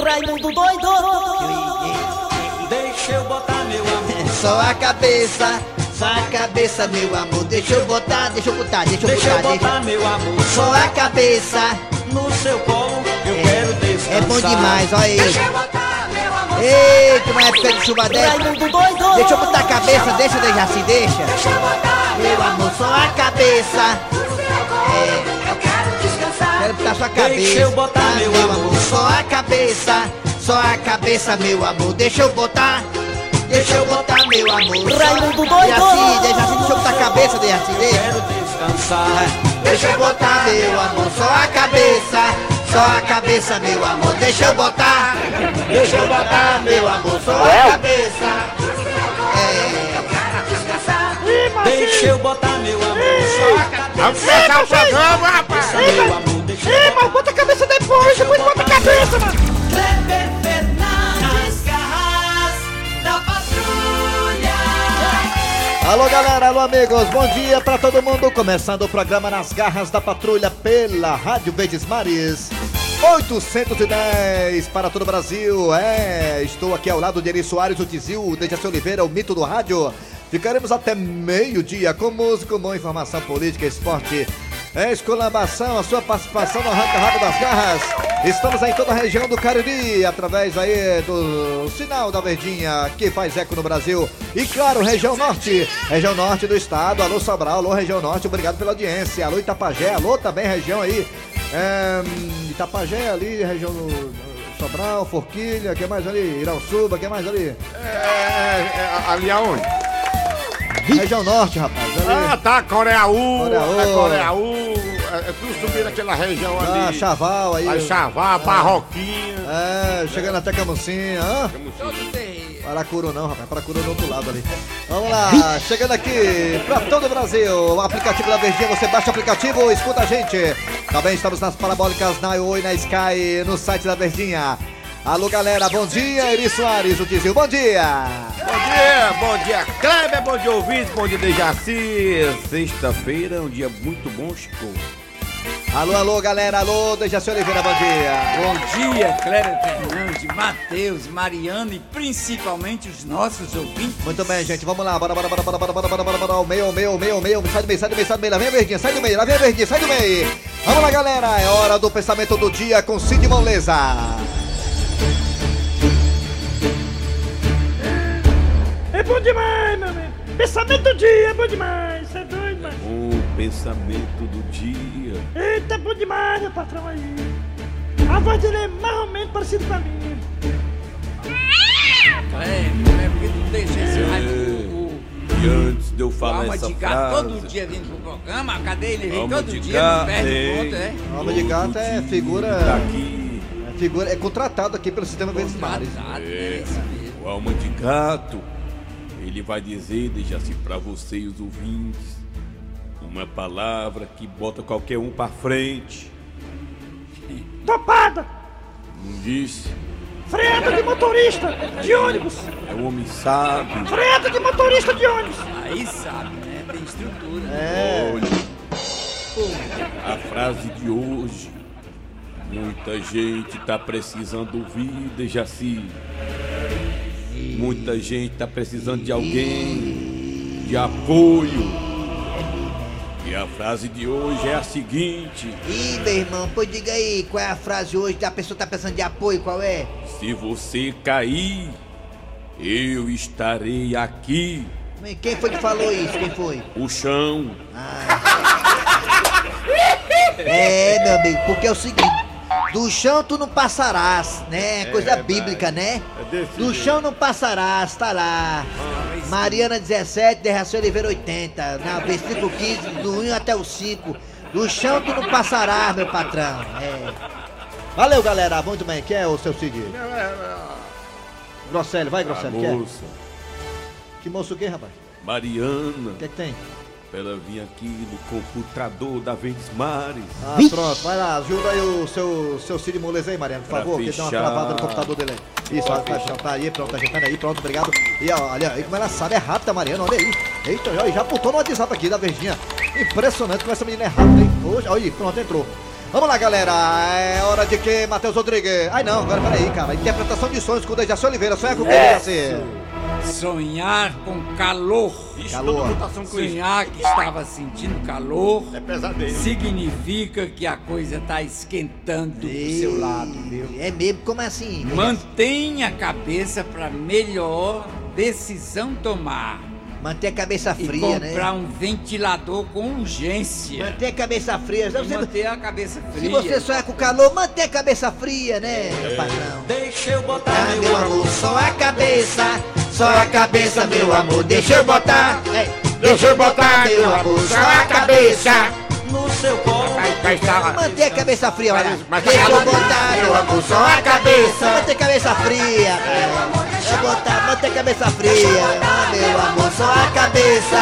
Raimundo doido. Deixa eu botar meu amor. Só a cabeça, só a cabeça, meu amor. Deixa eu botar, deixa eu botar, deixa eu Deixa eu botar, deixa. botar meu amor. Só a cabeça, No seu colo eu quero descansar. é bom demais, olha aí. Deixa eu botar meu amor. Eita, uma época de chuva dessa. Raimundo doido. Deixa eu botar a cabeça, deixa, deixa assim, deixa. Deixa eu botar meu Meu amor, só a cabeça. É. amor. Eu quero descansar. Quero botar sua cabeça. Deixa eu botar, Ah, meu amor. Só a cabeça, só a cabeça, meu amor. Deixa eu botar, deixa eu botar, meu amor. Só- Raimundo doido. Deixa assim, deixa assim, deixa eu botar a cabeça, deixa assim, deixa. Quero descansar. Deixa eu botar, meu amor, só a cabeça. Só a cabeça, meu amor, deixa eu botar. Deixa eu botar, meu amor, só a cabeça. Deixa eu botar meu amor. Só a cabeça, Vamos tá começar o programa, rapaz! meu amor. Deixa eu Ei, mas bota a cabeça depois, depois bota a cabeça, mano. Kleber Fernandes Carras da Patrulha. Alô galera, alô amigos, bom dia pra todo mundo. Começando o programa Nas Garras da Patrulha pela Rádio Verdes Mares. 810 para todo o Brasil. É, estou aqui ao lado de Eri Soares, o Tizil, o Dejaci Oliveira, o mito do rádio. Ficaremos até meio-dia com música, boa informação política, esporte, é, escolambação, a sua participação no Arranca Rabo das Garras. Estamos aí em toda a região do Cariri, através aí do sinal da Verdinha, que faz eco no Brasil. E claro, região norte, região norte do estado. Alô Sobral, alô região norte, obrigado pela audiência. Alô Itapajé, alô também região aí. é, hum, Itapajé ali, região do- do Sobral, Forquilha, que mais ali? Irauçuba, que mais ali? É, é, é, ali aonde? Região norte, rapaz. ali. Ah, tá, Coreaú, Coreaú. é Coreaú, é, é tudo subindo aquela região Ah, ali. Chaval aí. Aí Chavá, Barroquinha. É, chegando até Camusim, hã? Paracuru não, rapaz. Paracuru é do outro lado ali. Vamos lá, chegando aqui pra todo o Brasil. O aplicativo da Verdinha, você baixa o aplicativo, escuta a gente. Também estamos nas parabólicas na Oi, na Sky, no site da Verdinha. Alô, galera, bom dia. Eri Soares, o Tizil, bom dia. Bom dia, É, bom dia Kleber, bom dia ouvintes, bom dia Dejaci. Sexta-feira é um dia muito bom, Chico. Alô, alô, galera, alô, Dejaci Oliveira, bom dia. Bom dia, Cléber Fernandes, Matheus, Mariana e principalmente os nossos ouvintes. Muito bem, gente, vamos lá, bora, bora, bora, bora, bora, bora, bora, bora, bora, o meio, o meio, o meio, o meio, sai do meio, sai do meio, sai do meio, lá vem a verdinha, sai do meio, lá vem a verdinha, sai do meio. Vamos lá, galera, é hora do pensamento do dia com Cid Moleza. É bom demais, meu amigo. Pensamento do dia, é bom demais. Você é doido, mano. O pensamento do dia. Eita, é bom demais, meu patrão aí. A voz dele é mais ou menos parecida com a minha. Cléber, né? Porque não deixa esse Raimundo E antes de eu falar Alma essa de gato frase... todo dia vindo pro programa. Cadê ele? Vem Alma todo de dia, não gato, perde hein? ponto, é? Alma de gato é dia figura- Tá aqui. É figura, é contratado aqui pelo sistema Verdes Mares. Contratado, é isso mesmo. O alma de gato. Ele vai dizer, Dejaci, pra você e os ouvintes. Uma palavra que bota qualquer um pra frente. Topada, Não disse? freada de motorista de ônibus. É um homem sábio. Freada de motorista de ônibus. Aí sabe, né? Tem estrutura. Olha, a frase de hoje. Muita gente tá precisando ouvir, Dejaci. Muita gente tá precisando de alguém, de apoio. E a frase de hoje é a seguinte: Ih, meu irmão, pois diga aí, qual é a frase hoje da pessoa tá pensando de apoio, qual é? se você cair, eu estarei aqui. Quem foi que falou isso? Quem foi? O chão. É, meu amigo, porque é o seguinte. Do chão tu não passarás, né? Coisa bíblica, né? do chão não passarás, tá lá. Mariana 17, Derração Oliveira 80, na versículo 15, do 1 até o 5. Do chão tu não passarás, meu patrão. É. Valeu, galera, muito bem, quem é o seu Cid? É, é, Grosselho, vai, A Grosselho, quem é? moça, Que moço o quê, rapaz? Mariana. O que é que tem? Pra ela vir aqui no computador da Verdes Mares. Ah, pronto, vai lá, ajuda aí o seu, seu Cid Moleza aí, Mariano, por Pra favor, que dá uma fechar. travada no computador dele aí. Isso, vai fechar, tá aí, pronto, tá ajeitando aí, pronto, obrigado. E ó, olha aí como ela sabe, é rápida, Mariana, olha aí. Eita, já, já apontou no WhatsApp aqui da Verdinha. Impressionante como essa menina é rápida, hein? Hoje, olha aí, pronto, entrou. Vamos lá, galera. É hora de quê, Matheus Rodrigues? Ai, não, agora peraí, cara. Interpretação de sonhos com o Dejaci Oliveira. Sonha com o é que, É. Dejaci? Sonhar com calor. Ixi, Calor. todo mundo tá sonhando com isso. Sonhar que estava sentindo calor É pesadelo. significa que a coisa tá está esquentando do seu lado, viu? É mesmo, como assim? Mantenha a cabeça para melhor decisão tomar. Manter a cabeça E fria, né? comprar um ventilador com urgência. Manter a cabeça fria. E Você- manter a cabeça se fria. você sonha com calor, manter a cabeça fria, né, patrão? Deixa eu botar Ah, meu meu amor. amor, só é a cabeça, só a cabeça, meu amor, deixa eu botar. É, Deixa eu botar, meu amor, só a cabeça. no seu colo. Vai, vai estar lá. Manter a cabeça fria, olha. lá. Mas- mas- deixa eu botar, meu amor, só a cabeça. Manter a cabeça fria. Deixa eu botar, manter a cabeça fria. Ah, meu amor, só a cabeça.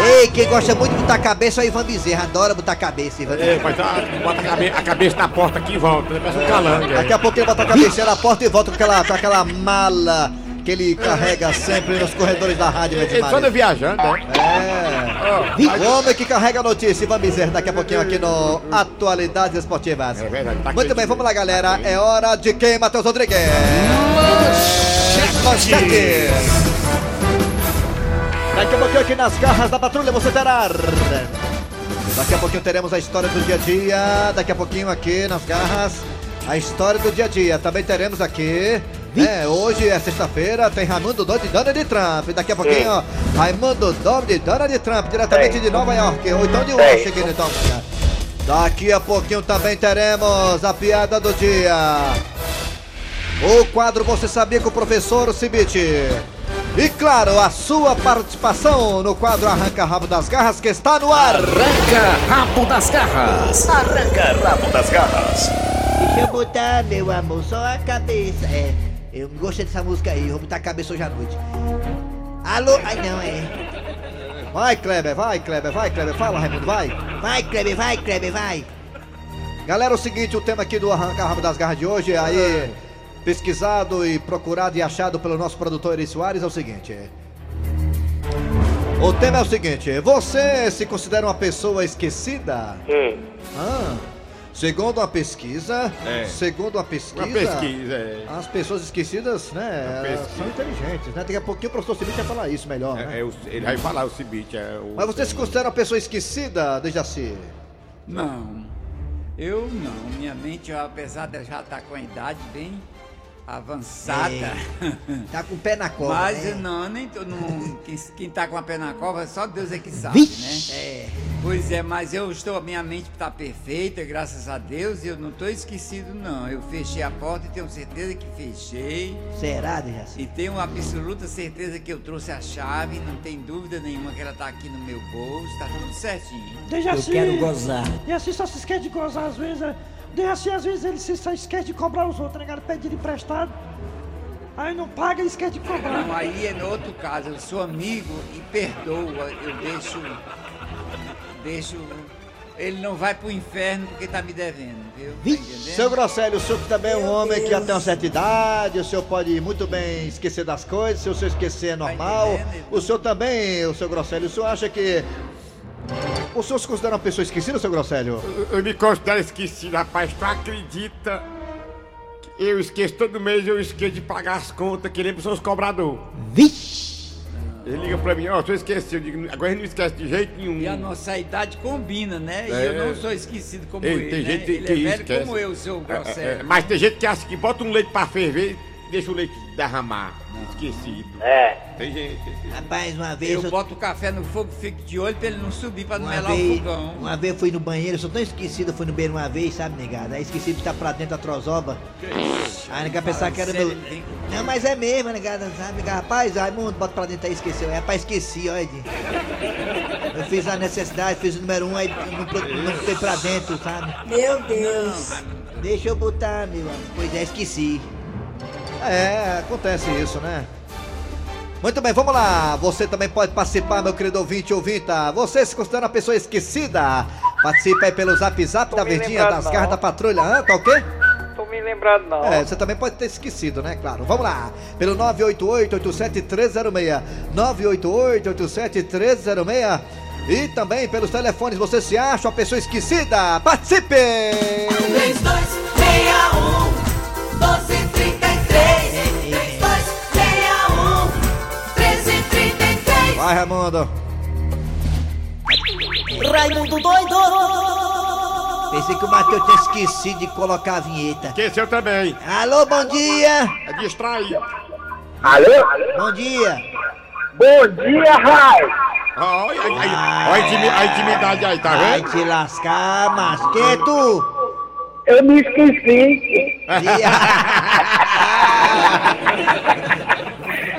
Ei, quem gosta muito de botar a cabeça é o Ivan Bezerra. Adora botar a cabeça, Ivan É, Bezerra. vai estar. Bota a cabe- a cabeça na porta aqui e volta. né? Parece um calango. Daqui É, a pouco ele bota a cabeceira na porta e volta com aquela, com aquela mala que ele carrega sempre nos corredores da rádio, Ele Edmar. só anda viajando, né? Oh, É. O homem que carrega a notícia, Ivan Bezerra, daqui a pouquinho aqui no Atualidades Esportivas. É verdade, tá Muito bem, quentinho. vamos lá, galera. É hora de quem, Matheus Rodrigues? Manchete! Daqui a pouquinho aqui nas garras da patrulha você terá. Daqui a pouquinho teremos a história do dia a dia. Daqui a pouquinho aqui nas garras, a história do dia a dia. Também teremos aqui. É, hoje é sexta-feira, tem Raimundo Dodd e Donald Trump. Daqui a pouquinho, Raimundo Dodd e Donald Trump, diretamente de Nova York, ou então de Washington, então. Daqui a pouquinho também teremos a piada do dia. O quadro Você Sabia com o Professor Cibite. E claro, a sua participação no quadro Arranca Rabo das Garras que está no ar. Deixa eu botar, meu amor, só a cabeça. É, eu gostei dessa música aí, vou botar a cabeça hoje à noite. Alô, ai não, é. Vai, Kleber, vai, Kleber, vai, Kleber. Fala, Raimundo, vai. Vai, Kleber, vai, Kleber, vai. Galera, é o seguinte, o tema aqui do Arranca Rabo das Garras de hoje, É. aí pesquisado e procurado e achado pelo nosso produtor Eri Soares, é o seguinte. O tema é o seguinte, você se considera uma pessoa esquecida? Ah, segundo uma pesquisa, É. segundo uma pesquisa, Uma pesquisa, é. as pessoas esquecidas, né, Uma elas pesquisa. são inteligentes, né? Daqui a pouquinho o professor Cibite vai falar isso melhor, né? É, é o- ele vai falar o seguinte. É, o, Mas você se considera uma pessoa esquecida, Dejaci? Não, eu não. Minha mente, apesar de eu já estar com a idade bem avançada, Tá com o pé na cova, mas né? eu não, nem tô, não, quem, quem tá com a pé na cova, só Deus é que sabe, né? É, Pois é, mas eu estou, a minha mente está perfeita, graças a Deus, e eu não estou esquecido, não. Eu fechei a porta e tenho certeza que fechei, será, Dejaci? e tenho absoluta certeza que eu trouxe a chave, não tem dúvida nenhuma que ela está aqui no meu bolso, está tudo certinho. Deixa assim. Eu quero gozar. E assim só se esquece de gozar às vezes. né? Deixa assim, às vezes ele se só esquece de cobrar os outros, né, cara? Pede ele emprestado. Aí não paga e esquece de cobrar. Não, aí é no outro caso. Eu sou amigo e perdoa. Eu deixo. Deixo. Ele não vai pro inferno porque tá me devendo, viu? Tá entendendo? Seu Grosselio, o senhor que também é um homem que já tem uma certa idade, o senhor pode muito bem esquecer das coisas, se o senhor esquecer é normal. Tá entendendo? O senhor também, o seu Grosselio, o senhor acha que. O senhor se considera uma pessoa esquecida, seu Grosselio? Eu, eu me considero esquecido, rapaz. Tu acredita? que Eu esqueço todo mês, eu esqueço de pagar as contas, que nem pros seus cobrador. Ele liga pra mim, ó, eu sou esquecido. Eu digo, agora ele não esquece de jeito nenhum. E a nossa idade combina, né? E É. eu não sou esquecido como Ei, ele. tem né? gente que- ele que é velho esquece. como eu, seu É, é, Grosselio. mas tem gente que acha que bota um leite pra ferver e deixa o leite derramar. Esquecido. Tem gente. Rapaz, uma vez Eu eu, boto o café no fogo, fico de olho pra ele não subir, pra não uma melar o vez, fogão. uma vez eu fui no banheiro, eu sou tão esquecido, eu fui no banheiro uma vez, sabe, negado? Aí esqueci de estar pra dentro da trozoba. Aí nega pensar Ah, que era Sério, meu. ele tem que- Não, mas é mesmo, negada, sabe? nega? Rapaz, Raimundo, bota pra dentro aí, esqueceu. É, rapaz, esqueci, olha. Edinho. Eu fiz a necessidade, fiz o número um, aí não, pro- não botei pra dentro, sabe? Meu Deus. Deixa eu botar, meu amor. Pois é, esqueci. É, acontece isso, né? Muito bem, vamos lá. Você também pode participar, meu querido ouvinte e ouvinta. Você se considera uma pessoa esquecida? Participe aí pelo zap zap da Verdinha, das garras da patrulha. Ah, tá ok? Tô me lembrado não. É, você também pode ter esquecido, né? Claro. Vamos lá. Pelo 988-87306. 988-87306. E também pelos telefones, você se acha uma pessoa esquecida? Participe! 3261 1233 3261 1333 Vai, Raimundo. Raimundo doido! Pensei que o Matheus tinha esquecido de colocar a vinheta. Esqueceu também. Alô, bom dia! É distraído. Alô? Bom dia! Bom dia, Rai! Olha aí, aí, ó a intimi- a intimidade aí, tá Vai vendo? te lascar, mas que tu? Eu me esqueci.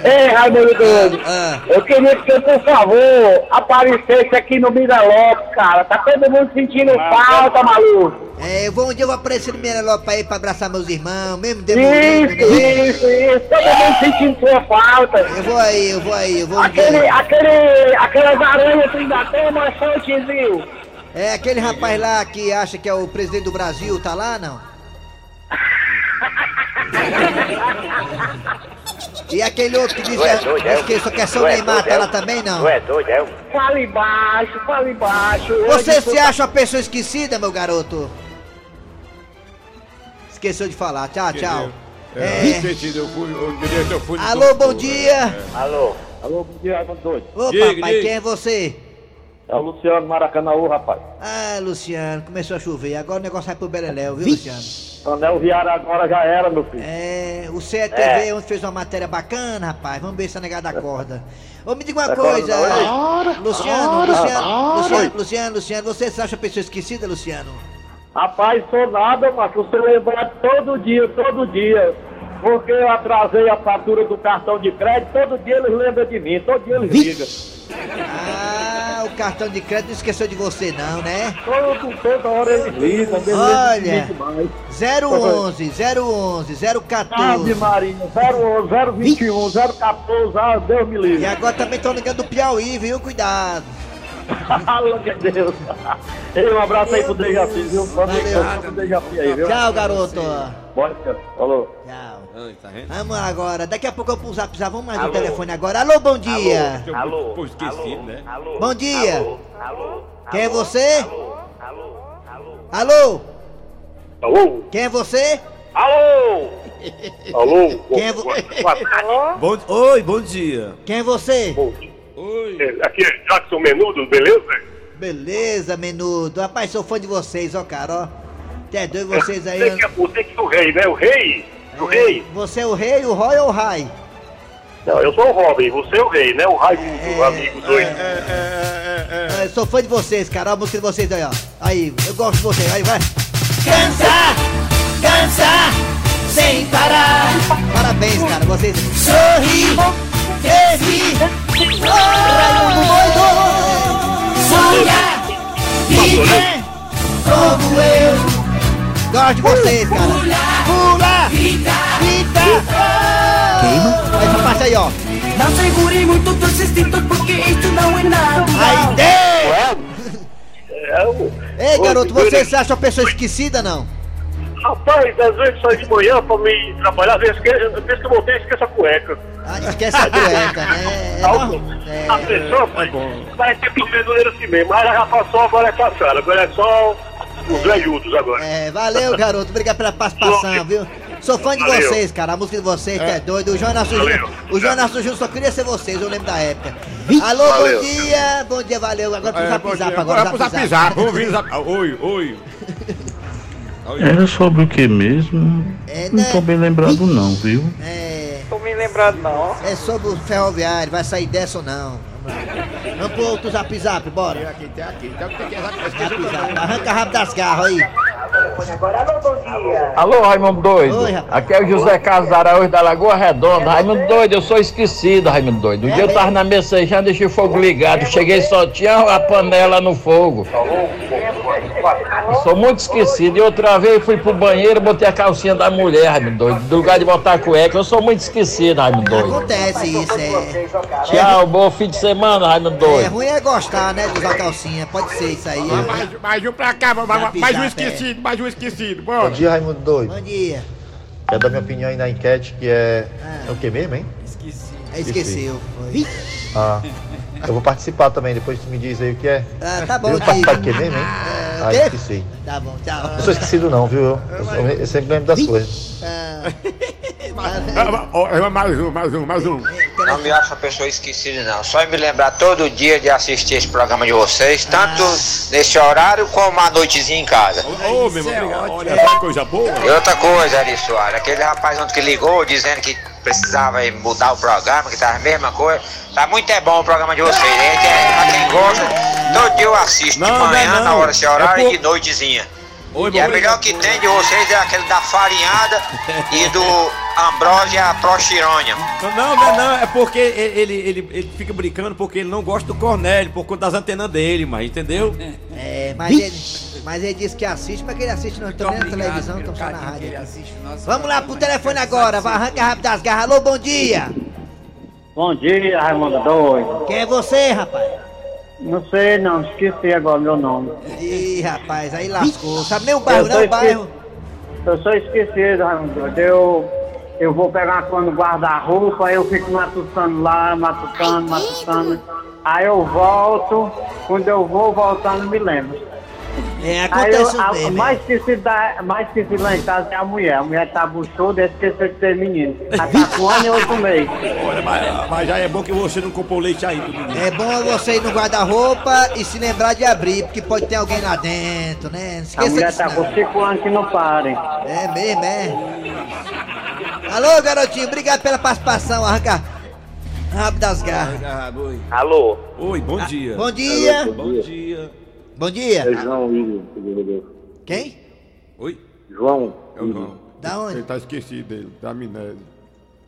Ei, Raimundo Doido, Ah, eu queria que você, por favor, aparecesse aqui no Mira Lopes, cara. Tá todo mundo sentindo falta, maluco. é, eu vou um dia eu vou aparecer no Mireló pra ir pra abraçar meus irmãos, mesmo demorando, Isso, né? isso, isso. Todo mundo sentindo sua falta. Eu vou aí, eu vou aí, eu vou um Aquele, dia. aquele, aquelas aranhas assim que ainda tem, mas só o tizinho. É, aquele rapaz lá que acha que é o presidente do Brasil, tá lá, não? E aquele outro que diz é, que só quer ser o Neymar, é tá lá também, não? é Fale baixo, fale baixo. Você Hoje se acha uma pessoa esquecida, meu garoto? Esqueceu de falar. Tchau, tchau. É. É. Esquecido, eu fui, eu diria que eu fui. Alô, bom dia. Alô. Alô, bom dia, Raimundo Doido. Ô, Diga, papai, diga. quem é você? É o Luciano Maracanãú, rapaz. Ah, Luciano, começou a chover. Agora o negócio vai pro Beleléu, viu, Luciano? Anel Viara agora já era, meu filho. É, o CETV É. ontem fez uma matéria bacana, rapaz. Vamos ver essa negada acorda. Ô, me diga uma Acorda, coisa. oi. Ora, Luciano, ora, Luciano, ora. Luciano, Luciano, Luciano, você se acha pessoa esquecida, Luciano? Rapaz, sou nada, mas você lembrar todo dia, todo dia. Porque eu atrasei a fatura do cartão de crédito, todo dia eles lembram de mim, todo dia eles ligam. Ah, o cartão de crédito não esqueceu de você, não, né? Todo, toda hora eles ligam, eles Olha. lembram de mim demais. 011, 011, 014. Ave Maria, 011, 021, 014, ah, Deus me E livre. agora também estão ligando do Piauí, viu? Cuidado. Fala de Deus. Ei, um abraço aí pro Dejaci, viu? Manda um Valeu. abraço pro Dejaci aí, viu? Tchau, garoto. Bora, cara. Falou. Tchau. Ah, tá vendo? Vamos agora. Daqui a pouco eu vou zap zap. Vamos mais um Alô? telefone agora. Alô, bom dia. Eu pô, esqueci, né? Bom dia. Quem é você? Alô? Alô? Quem é você? Alô? Alô? Quem é, vo- Bom, oi, bom dia. Quem é você? Oi. Aqui é Jackson Menudo, beleza? Beleza, menudo. Rapaz, sou fã de vocês, ó, cara, ó. Até dois vocês aí. Você que, é, você que é o rei, né? O rei? O rei? Você é o rei, o Roy ou o Rai? Não, eu sou o Robin, você é o rei, né? O Raimundo, É, amigo doido. É, é, é, é. Eu sou fã de vocês, cara. Ó, a música de vocês aí, ó. Aí, eu gosto de vocês. Aí, vai. Cansa, cansa, sem parar Parabéns, cara. Vocês. Sorri, esse Raimundo doido Sonha, viver como eu Gosto de vocês, cara. Pula, grita, Aí, essa parte aí, ó. Não segure muito teus instintos porque isso não é natural Aí, deu! É, o- né? Ei, o garoto, doido você se acha uma pessoa esquecida, não? é- Rapaz, às vezes sai de manhã pra me trabalhar, às vezes esqueço, às vezes que eu voltei esqueço a cueca. Ah, esquece a cueca, né? É, normal. A é, pessoa, pai, parece que é comedoeiro assim mesmo, mas já passou, agora é passada, agora é só os velhudos agora. é, valeu, garoto. Obrigado pela participação, viu? Sou fã de Valeu. vocês, cara. A música de vocês é, doido. O Jonas Valeu. Júnior, o Jonas Júnior só queria ser vocês, eu lembro da época. Alô, Valeu. bom dia, bom dia, valeu. Agora pro É, zap bom dia. zap, agora Vamos pro zap zap. Vamos ouvir o zap. Ah, Oi, oi. Era sobre o que mesmo? É, né? Não tô bem lembrado não, viu? É, Não me lembrado não. é sobre o ferroviário, vai sair dessa ou não? Vamos lá. Vamos pro outro zap zap, bora. Aqui, tem aqui. Então tem que Zap zap, arranca rápido das garras aí. Alô, Raimundo Doido. Oi, rapaz. Aqui é o José Carlos Araújo da Lagoa É Redonda. Raimundo Doido, eu sou esquecido, Raimundo Doido. É Um dia eu tava na messejana, deixei o fogo É ligado. Cheguei só tinha a panela no fogo. Sou muito esquecido. E outra vez eu fui pro banheiro, botei a calcinha da mulher, Raimundo Doido. Do lugar de botar a cueca, eu sou muito esquecido, Raimundo Doido. Acontece isso, é. Tchau, bom fim de semana, Raimundo É Doido. ruim é gostar, né, de usar calcinha. Pode ser isso aí. é. Ah, Mais, mais um pra cá, mais, mais um zap, esquecido, mais um esquecido. Bora. dia, Raimundo Doido. Bom dia. Quer dar minha opinião aí na enquete que é. Ah. É o que mesmo, hein? Aí Esqueceu. Foi. Ah. Eu vou participar também, depois tu me diz aí o que é. Ah, tá bom, Viu? Participar de Diego. quê mesmo, hein? É, o Ah, quê? esqueci. Tá bom, tchau. Não sou esquecido não, viu? Eu, eu- eu sempre lembro das coisas. Ah, ó, ó, Mais um, mais um, mais um. Não me acho uma pessoa esquecida, não. Só em me lembrar todo dia de assistir esse programa de vocês, tanto nesse horário como à noitezinha em casa. Ô, meu é irmão, obrigado. Olha só que coisa boa. E outra coisa, Ari Soares, aquele rapaz ontem que ligou dizendo que precisava eh, mudar o programa, que tá a mesma coisa. Tá muito é bom o programa de vocês, hein? Que é pra quem gosta, todo dia eu assisto, de Não, manhã, não é na não. hora, esse É horário, por- e de noitezinha. Oi, e a bom, melhor que tem de vocês é aquele da farinhada e do Ambrósia Prochirônia. Não, não, não, é não, é porque ele, ele, ele, ele fica brincando porque ele não gosta do Cornélio, por conta das antenas dele, mas entendeu? É, mas ele, mas ele disse que assiste, mas que ele assiste não, também na televisão, estão só na rádio. Vamos lá pro telefone agora, vai arranca rápido das garras. Alô, bom dia! Bom dia, Raimundo Doido. Quem é você, rapaz? Não sei não, esqueci agora meu nome. Ih, rapaz, aí lascou. Sabe nem o bairro, Eu sou não, o bairro. esque- Eu sou esquecido, Raimundo Doido. Eu, eu vou pegar quando guarda-roupa, aí eu fico matutando lá, matutando, matutando. Aí eu volto, quando eu vou voltando me lembro. É, aí acontece eu, a- um meme. mais esquecido da, mais esquecido lá em casa é a mulher. A mulher tá buchuda, esqueceu de ter menino. Ela tá com um ano e oito meses. Olha, mas, mas já é bom que você não comprou leite ainda, menino. É bom você ir no guarda-roupa e se lembrar de abrir, porque pode ter alguém lá dentro, né? Não esqueça A mulher disso, tá não. com cinco anos que não parem. É mesmo, é. Alô, garotinho, obrigado pela participação. Arranca rápido das garras. Ah, Alô? Oi, bom dia. Ah, Bom dia. Bom dia. Bom dia. É João William. Quem? Oi? João. É o João. Da onde? Ele tá esquecido dele, da amnésia.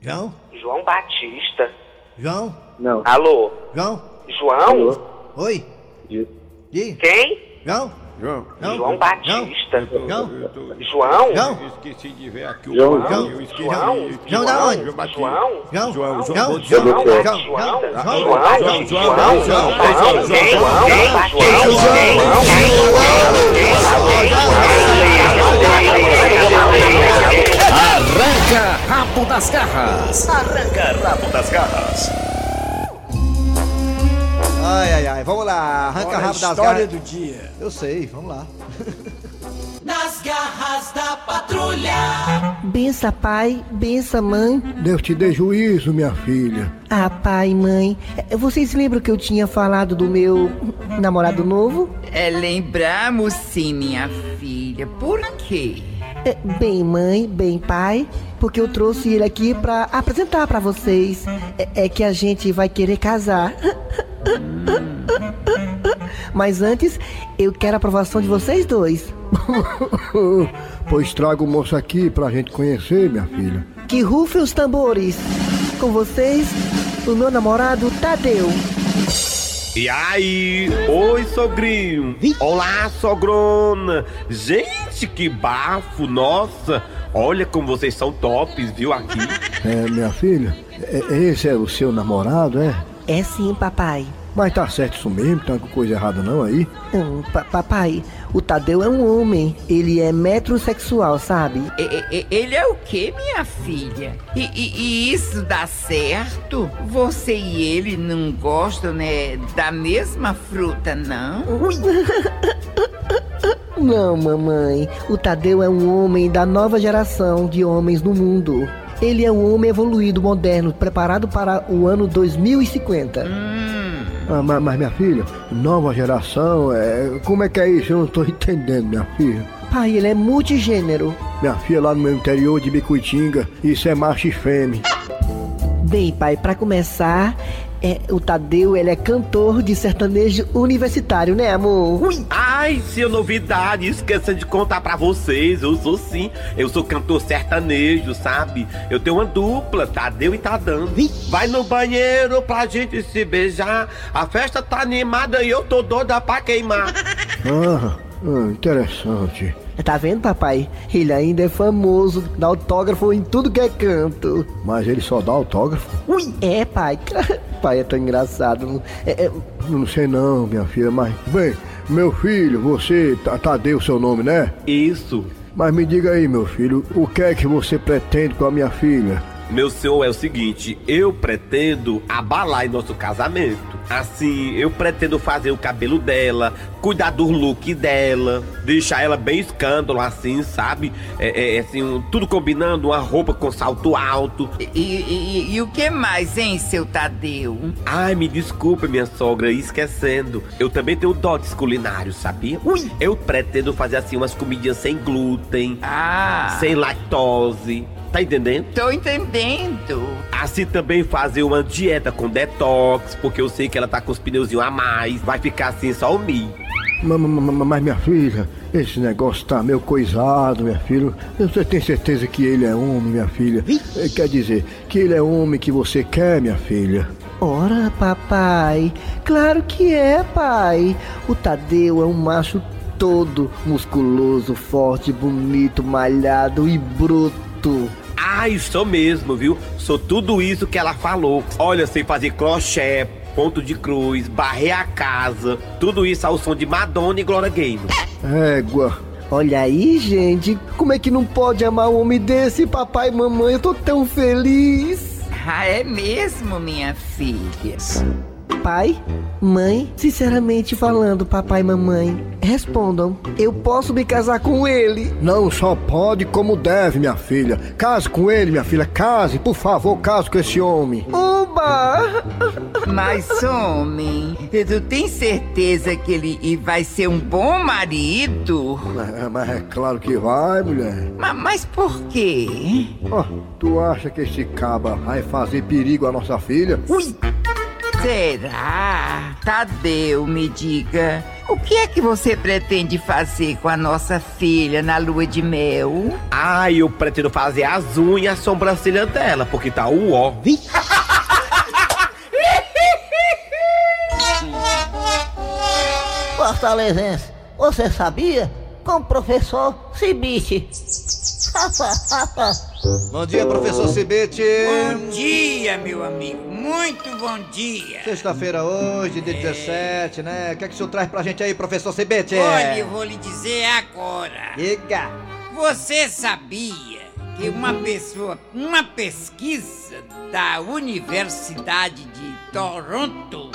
João? João Batista. João? Não. Alô? João? João? Oi? Quem? João? João. João Batista. João? João? Eu esqueci de ver aqui o João. João. Eu esqueci João. de- João da onde? João. Batista. João. João. João. João. João. João. João. João. João. João. João. João. João. João. João. João. João. João. Arranca rabo das garras. Arranca rabo das garras. Ai, ai, ai, vamos lá, arranca Olha a rápido das história garras. do dia. Eu sei, vamos lá. Nas garras da patrulha. Bença, pai, bença, mãe. Deus te dê juízo, minha filha. Ah, pai, mãe, eh, vocês lembram que eu tinha falado do meu namorado novo? É, lembramos sim, minha filha. Por quê? Eh, Bem, mãe, bem, pai, porque eu trouxe ele aqui pra apresentar pra vocês. É, é que a gente vai querer casar. Mas antes, eu quero a aprovação de vocês dois. pois traga o moço aqui pra gente conhecer, minha filha. Que rufem os tambores. Com vocês, o meu namorado Tadeu. E aí? Oi, sogrinho. Olá, sogrona. Gente, que bafo, nossa. Olha como vocês são tops, viu, aqui. É, minha filha, é- esse é o seu namorado, é? É sim, papai. Mas tá certo isso mesmo, tá com coisa errada não aí? Hum, pa- papai, o Tadeu é um homem. Ele é metrosexual, sabe? E- e- e- ele é o quê, minha filha? E, e- e isso dá certo? Você e ele não gostam, né, da mesma fruta, não? Não, mamãe. O Tadeu é um homem da nova geração de homens no mundo. Ele é um homem evoluído, moderno, preparado para o ano 2050. Ah, mas, mas, minha filha, nova geração, é, como é que é isso? Eu não tô entendendo, minha filha. Pai, ele é multigênero. Minha filha é lá no meu interior de Bicuitinga, isso é macho e fêmea. Bem, pai, pra começar, é, o Tadeu ele é cantor de sertanejo universitário, né, amor? Ai, se novidade, esqueça de contar pra vocês. Eu sou sim, eu sou cantor sertanejo, sabe? Eu tenho uma dupla, Tadeu e Tadão. Vai no banheiro pra gente se beijar. A festa tá animada e eu tô doida pra queimar. Ah, ah, interessante. Tá vendo, papai? Ele ainda é famoso, dá autógrafo em tudo que é canto. Mas ele só dá autógrafo? Ui, é, pai. Pai, é tão engraçado. É, é, Não sei não, minha filha, mas... Bem, meu filho, você... Ta- Tadeu seu nome, né? Isso. Mas me diga aí, meu filho, o que é que você pretende com a minha filha? Meu senhor, é o seguinte, eu pretendo abalar em nosso casamento. Assim, eu pretendo fazer o cabelo dela, cuidar do look dela, deixar ela bem escândalo, assim, sabe? É, é, assim, um- tudo combinando, uma roupa com salto alto. E, e- e o que mais, hein, seu Tadeu? Ai, me desculpa, minha sogra, esquecendo. Eu também tenho dotes culinários, sabia? Ui! Eu pretendo fazer assim umas comidinhas sem glúten, Ah. sem lactose. Tá entendendo? Tô entendendo. Assim também fazer uma dieta com detox, porque eu sei que ela tá com os pneuzinhos a mais. Vai ficar assim só o milho. Ma- ma- ma- ma- Mas minha filha, esse negócio tá meio coisado, minha filha. Você tem certeza que ele é homem, minha filha? Eh, Quer dizer, que ele é homem que você quer, minha filha? Ora, papai, claro que é, pai. O Tadeu é um macho todo musculoso, forte, bonito, malhado e bruto. Ai, sou Ah, mesmo, viu? Sou tudo isso que ela falou. Olha, sei fazer crochê, ponto de cruz, barrer a casa. Tudo isso ao som de Madonna e Glória Gaynor. Égua. Olha aí, gente, como é que não pode amar um homem desse, papai e mamãe? Eu tô tão feliz. Ah, é mesmo, minha filha. Pai, mãe, sinceramente falando, papai e mamãe, respondam. Eu posso me casar com ele? Não só pode, como deve, minha filha. Case com ele, minha filha. Case, por favor, case com esse homem. Uba! Mas, homem, tu tem certeza que ele e vai ser um bom marido? É, mas é claro que vai, mulher. Ma- Mas, por quê? Ó, tu acha que esse caba vai fazer perigo à nossa filha? Ui! Será? Tadeu, me diga, o que é que você pretende fazer com a nossa filha na lua de mel? Ai, eu pretendo fazer as unhas e a sobrancelha dela, porque tá o ó. Fortalezense, você sabia? Com o professor Cibite. Bom dia, professor Cibete. Bom dia, meu amigo. Muito bom dia. Sexta-feira hoje, dia 17, né? O que é que o senhor traz pra gente aí, professor É. Cibete? Olha, eu vou lhe dizer agora. Diga. Você sabia que uma pessoa, uma pesquisa da Universidade de Toronto,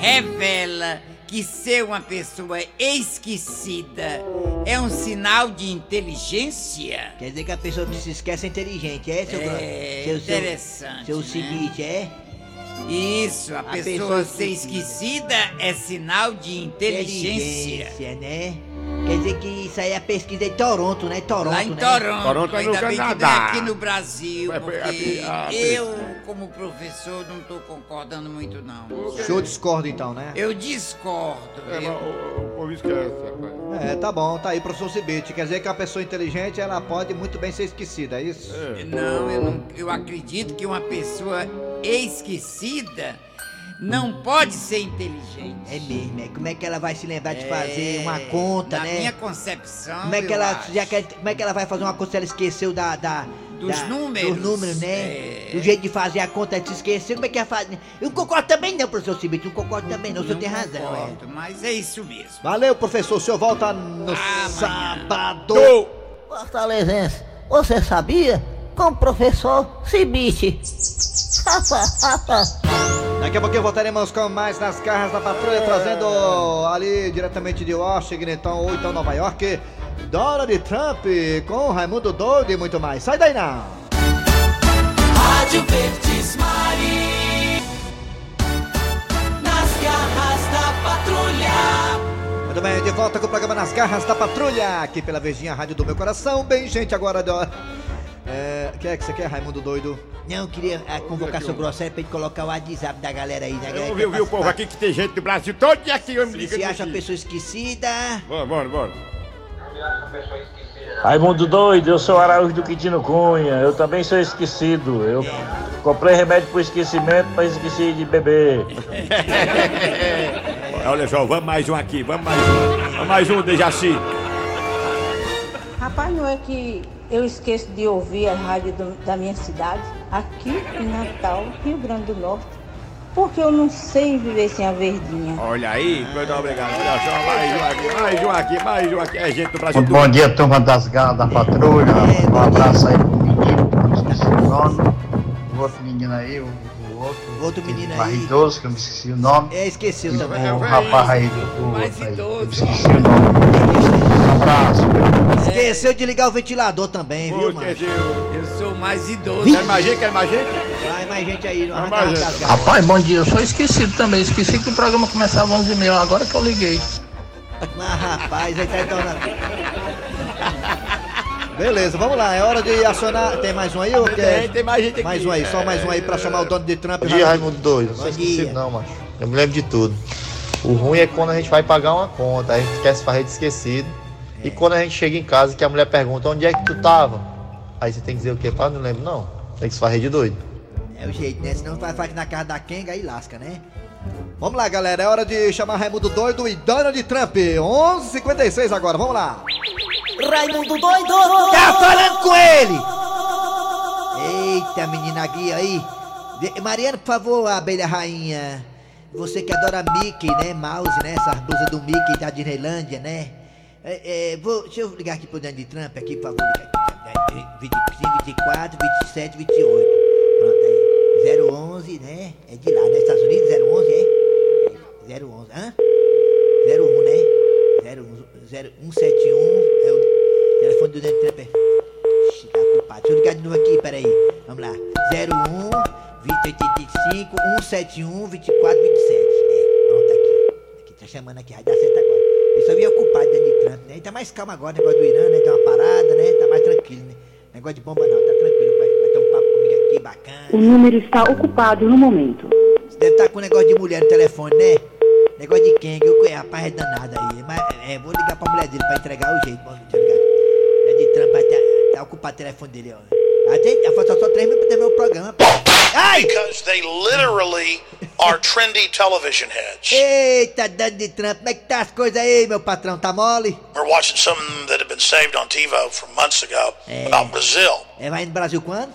revela que ser uma pessoa esquecida é um sinal de inteligência? Quer dizer que a pessoa que se esquece é inteligente, é, seu É seu- seu- interessante, Seu né? seguinte, é? Isso, a, pessoa, ser esquecida é sinal de inteligência. Inteligência, né? Quer dizer que isso aí é a pesquisa de Toronto, né? Toronto, Lá em né? Toronto, ainda é bem que não é aqui no Brasil, Vai, vai, porque abre, abre. eu, como professor, não estou concordando muito, não. O senhor discorda então, né? Eu discordo. É, eu- É, tá bom, tá aí, professor Cibete. Quer dizer que a pessoa inteligente, ela pode muito bem ser esquecida, é isso? Não, eu, não- eu acredito que uma pessoa esquecida não pode ser inteligente. É mesmo, é. Como é que ela vai se lembrar de É, fazer uma conta, na né? minha concepção, Como é que Então, eu ela, acho. já quer, como é que ela vai fazer uma conta se ela esqueceu da, da Dos da- números, É. dos números, né? Do jeito de fazer a conta de se esquecer, como é que ela faz? Eu não concordo também não, professor Cibite, não concordo também não, o senhor tem razão, é. Mas é isso mesmo. Valeu, professor. O senhor volta no sábado. Fortalezense, você sabia? Com o professor Cibite. Daqui a pouquinho voltaremos com mais nas carras da patrulha, trazendo ali diretamente de Washington, então, ou então Nova York, Donald Trump com Raimundo Doido e muito mais. Sai daí não! Rádio Verdes Mari. Nas garras da patrulha. Muito bem, de volta com o programa Nas Garras da Patrulha, aqui pela Verdinha Rádio do Meu Coração. Bem, gente, agora... Do... É, o que é que você quer, Raimundo Doido? Não, eu queria eh, convocar um. seu grosseiro pra gente colocar o WhatsApp da galera aí, né? Eu ouvi, ouvi o povo aqui que tem gente do Brasil todo dia aqui, eu me liga. Se acha a pessoa esquecida... Bora, bora, bora. Raimundo Doido, eu sou Araújo do Quintino Cunha, eu também sou esquecido. Eu comprei remédio pro esquecimento, mas esqueci de beber. Olha, João, vamos mais um aqui, vamos mais um. Vamos mais um, Dejaci. Rapaz, não é que eu esqueço de ouvir a rádio do- da minha cidade, aqui em Natal, Rio Grande do Norte, porque eu não sei viver sem a verdinha. Olha aí, muito obrigado. Olha só, mais um aqui, mais um aqui, mais um aqui. É gente do Brasil Bom dia, turma das garras da patrulha. Um abraço aí pro menino, esqueci o nome. O outro menino aí, o, o outro. outro menino mais aí. idoso, que eu me esqueci o nome. É, esqueceu também. O rapaz aí do. do Mais outro aí. idoso. Eu me esqueci o nome. Um abraço. Esqueceu de ligar o ventilador também, viu, mano? Eu sou mais idoso. Quer mais gente? Quer mais gente? Vai mais gente aí, não arranca mais mais gente. casca. Rapaz, bom dia. Eu sou esquecido também. Esqueci que o programa começava às 11h30. Agora que eu liguei. Mas rapaz, aí tá entornando. Beleza, vamos lá, é hora de acionar. Tem mais um aí ou Tem, quer? tem mais gente aqui. É. Mais um aí, só mais um aí pra chamar o dono de Trump. Bom dia, Raimundo Doido. Não sou esquecido, não, macho. Eu me lembro de tudo. O ruim é quando a gente vai pagar uma conta, a gente esquece fazer de esquecido. É. E quando a gente chega em casa que a mulher pergunta onde é que tu tava? Aí você tem que dizer o quê? Pá, não lembro não. Tem que se farrer de doido. É o jeito, né? Senão vai faz na casa da Kenga e lasca, né? Vamos lá, galera, é hora de chamar Raimundo Doido e Donald Trump. 11h56 agora, vamos lá. Raimundo doido! Tá falando com ele! Eita, menina guia aí. De- Mariana, por favor, abelha rainha. Você que adora Mickey, né? Mouse, né? Essas blusas do Mickey da Disneylândia, né? É, é, vou, deixa eu ligar aqui pro Donald Trump aqui, por favor. Ligar aqui. É, 25, 24, 27, 28. Pronto aí. 011, né? É de lá, né? Estados Unidos, 011, é? É, 011, hã? 01, né? 01, 0171 é o telefone do Donald Trump. É... Ixi, tá culpado. Deixa eu ligar de novo aqui, peraí. Vamos lá. 01 2085 171 2427. É, pronto aqui. Aqui, tá chamando aqui, vai dar certo agora. Eu só vim ocupado dentro de Trump, né? E tá mais calmo agora, negócio do Irã, né? Deu uma parada, né? Tá mais tranquilo, né? Negócio de bomba não, tá tranquilo. Vai, vai ter um papo comigo aqui, bacana. O número está ocupado no momento. Você deve estar com um negócio de mulher no telefone, né? Negócio de quem? Eu conheço, rapaz, é danado aí. Mas é, vou ligar pra mulher dele pra entregar o jeito. Bom, deixa eu ligar. É de trampa, tá, tá ocupado o telefone dele, ó. Até, falta só três minutos pra terminar o programa. pô. Ai! Because they literally are trendy television heads. Eita, dando de trampa, como é que tá as coisas aí, meu patrão? Tá mole? We're watching some that had been saved on TiVo from months ago about Brazil. É, vai no Brasil quando?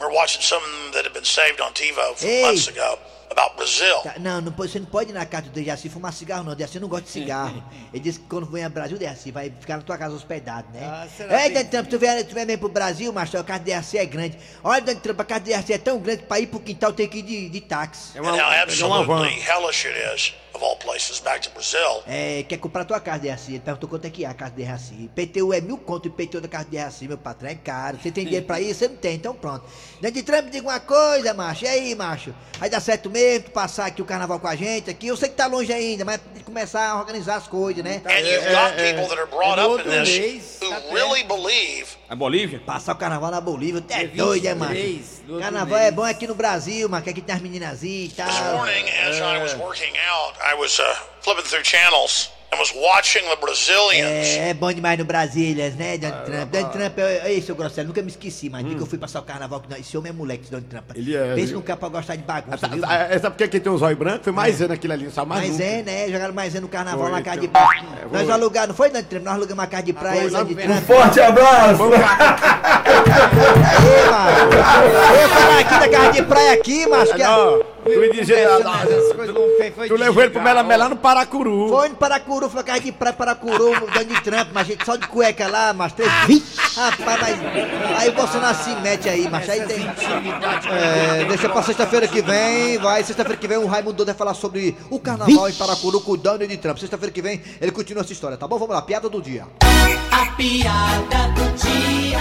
We're watching some that had been saved on TiVo from Hey. months ago about Brazil. Tá, não, não pode- você não pode ir na casa do Dejaci fumar cigarro, não. Dejaci não gosta de cigarro. Ele disse que quando vem ao Brasil, Dejaci vai ficar na tua casa hospedado, né? Ah, será Ei, que- Dani Trump, tu vier, tu vier mesmo pro Brasil, macho, a casa do Dejaci é grande. Olha, Dani Trump, a casa do Dejaci é tão grande que pra ir pro quintal tem que ir de, de táxi. and how absolutely hellish it is, of all places, back to Brazil. É, quer comprar tua casa de Raci? Ele perguntou quanto é que é a casa de Raci. PTU é mil conto e PTU da casa de Raci, meu patrão, é caro. Você tem dinheiro pra isso? Você não tem, então pronto. Dante Trump, diga uma coisa, macho. E aí, macho? Vai dar certo mesmo tu passar aqui o carnaval com a gente aqui? Eu sei que tá longe ainda, mas tem que começar a organizar as coisas, né? And you've got people that are brought up in this who really believe É A Bolívia? Passar o carnaval na Bolívia, é doido, é, macho? 23 do outro Carnaval é bom aqui no Brasil, macho, que aqui tem as meninazinhas e tal. This morning, as I was working out, I was uh, flipping through channels and was watching the Brazilians. É, é bom demais no Brasília, né, É, Donald Trump? Donald Trump, eu- ei, seu Grosselho, nunca me esqueci, mas diga que eu fui passar o carnaval que nós. Esse homem é moleque, esse Donald Trump. Hum. Ele é- Pensa num cara pra gostar de bagunça, viu? Ah, é, Sabe por que que tem um zóio branco? Foi mais ano aquilo ali, não sabe mais Mas nunca. é, né? Jogaram mais é no carnaval Foi, na casa de então. praia. É, foi. Ah, nós alugamos, não foi, Donald Trump? Nós alugamos uma casa de praia, Donald Trump. forte abraço! Eu falar aqui da casa de praia aqui, macho. que- é Não, tu ia dizer... ah, Tu levou ele pro Melamelá no Paracuru. Foi no Paracuru, foi a casa de praia Paracuru, Donald Trump, mas gente só de cueca lá, mas três. Vixe, Rapaz, mas. Aí o Bolsonaro se mete aí, mas aí tem. É, deixa pra sexta-feira que vem, vai. Sexta-feira que vem o Raimundo Doido vai falar sobre o carnaval em Paracuru com o Donald Trump. Sexta-feira que vem ele continua essa história, tá bom? Vamos lá, piada do dia. A piada do dia.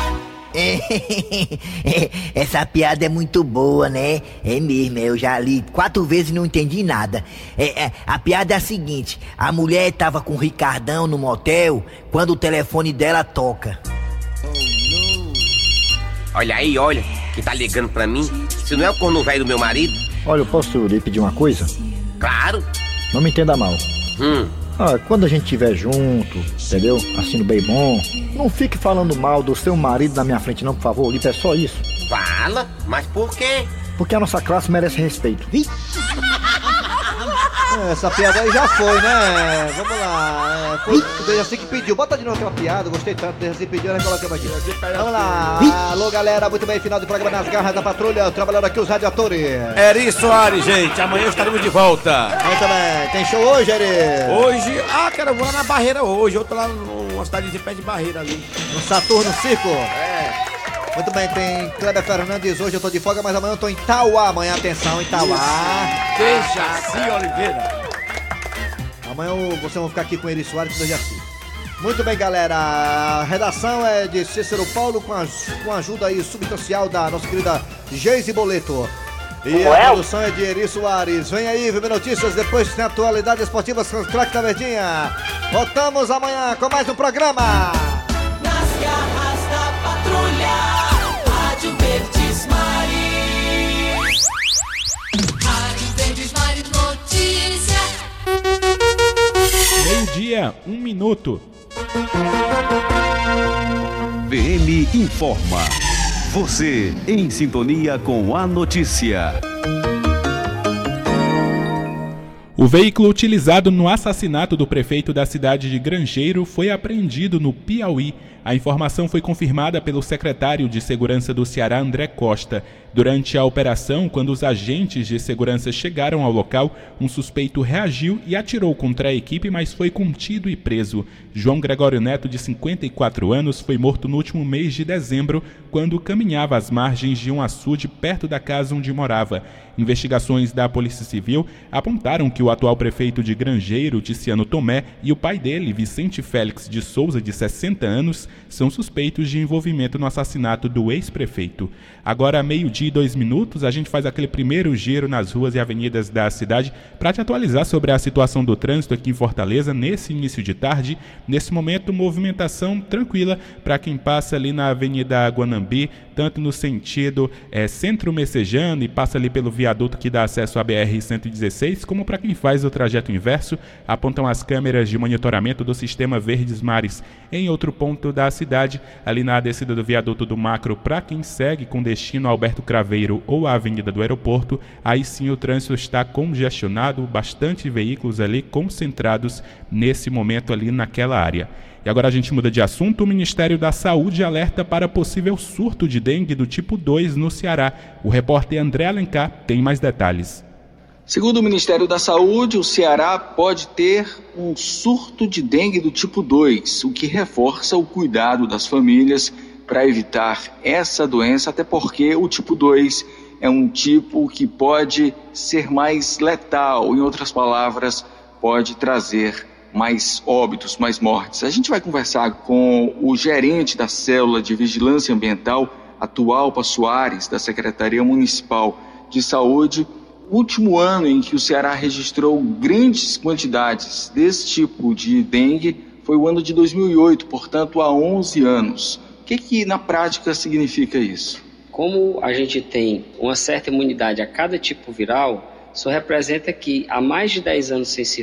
É, Essa piada é muito boa, né? É mesmo, eu já li quatro vezes e não entendi nada. É, é, a piada é a seguinte: a mulher estava com o Ricardão no motel quando o telefone dela toca. Olha aí, olha, que tá ligando pra mim. Se não é o corno velho do meu marido, Olha, eu posso lhe pedir uma coisa? claro. Não me entenda mal. Hum, Ah, quando a gente estiver junto, entendeu? Assim no bem bom, não fique falando mal do seu marido na minha frente, não, por favor. Lipe, é só isso. fala, mas por quê? Porque a nossa classe merece respeito. É, Essa piada aí já foi, né? Vamos lá. É, foi o Dejaci que pediu. Bota de novo aquela piada, gostei tanto. Dejaci pediu, né? Coloca aqui. Vamos lá. Alô, galera. Muito bem, final do programa Nas Garras da Patrulha. Trabalhando aqui os radiatores. Eri Soares, gente. Amanhã estaremos de volta. Muito bem. Tem show hoje, Eri? Hoje. Ah, cara, eu vou lá na Barreira hoje. Outro lá numa cidade de pé de Barreira ali. No Saturno Circo. É. Muito bem, tem Kleber Fernandes. Hoje eu tô de folga, mas amanhã eu tô em Tauá. Amanhã, atenção, em Tauá. Dejaci Oliveira. Amanhã eu- vocês vão ficar aqui com Eri Soares e com o Jaci. Muito bem, galera. A redação é de Cícero Paulo com a, com a ajuda aí substancial da nossa querida Geise Boleto. E Como a é? produção é de Eri Soares. Vem aí, Viva Notícias, depois tem atualidades esportivas com o Crack da Verdinha. Voltamos amanhã com mais um programa. Nas garras da patrulha, Rádio Verdes Mari. Rádio Verdes Mari Notícia. Meio-dia, um minuto. VM informa. Você em sintonia com a notícia. O veículo utilizado no assassinato do prefeito da cidade de Grangeiro foi apreendido no Piauí. A informação foi confirmada pelo secretário de Segurança do Ceará, André Costa. Durante a operação, quando os agentes de segurança chegaram ao local, um suspeito reagiu e atirou contra a equipe, mas foi contido e preso. João Gregório Neto, de 54 anos, foi morto no último mês de dezembro, quando caminhava às margens de um açude perto da casa onde morava. Investigações da Polícia Civil apontaram que o atual prefeito de Grangeiro, Tiziano Tomé, e o pai dele, Vicente Félix de Souza, de 60 anos, são suspeitos de envolvimento no assassinato do ex-prefeito. Agora, meio-dia e dois minutos, a gente faz aquele primeiro giro nas ruas e avenidas da cidade para te atualizar sobre a situação do trânsito aqui em Fortaleza nesse início de tarde. Nesse momento, movimentação tranquila para quem passa ali na Avenida Guanambi, tanto no sentido eh, centro messejano e passa ali pelo viaduto que dá acesso à BR-116, como para quem faz o trajeto inverso, apontam as câmeras de monitoramento do sistema Verdes Mares em outro ponto da cidade, ali na descida do viaduto do Macro, para quem segue com destino a Alberto Craveiro ou à Avenida do Aeroporto, aí sim o trânsito está congestionado, bastante veículos ali concentrados nesse momento ali naquela área. E agora a gente muda de assunto. O Ministério da Saúde alerta para possível surto de dengue do tipo 2 no Ceará. O repórter André Alencar tem mais detalhes. Segundo o Ministério da Saúde, o Ceará pode ter um surto de dengue do tipo 2, o que reforça o cuidado das famílias para evitar essa doença, até porque o tipo 2 é um tipo que pode ser mais letal, em outras palavras, pode trazer mais óbitos, mais mortes. A gente vai conversar com o gerente da célula de vigilância ambiental, Atualpa Soares, da Secretaria Municipal de Saúde. O último ano em que o Ceará registrou grandes quantidades desse tipo de dengue foi o ano de 2008, portanto, há 11 anos. O que, que na prática significa isso? Como a gente tem uma certa imunidade a cada tipo viral, isso representa que há mais de 10 anos sem circular.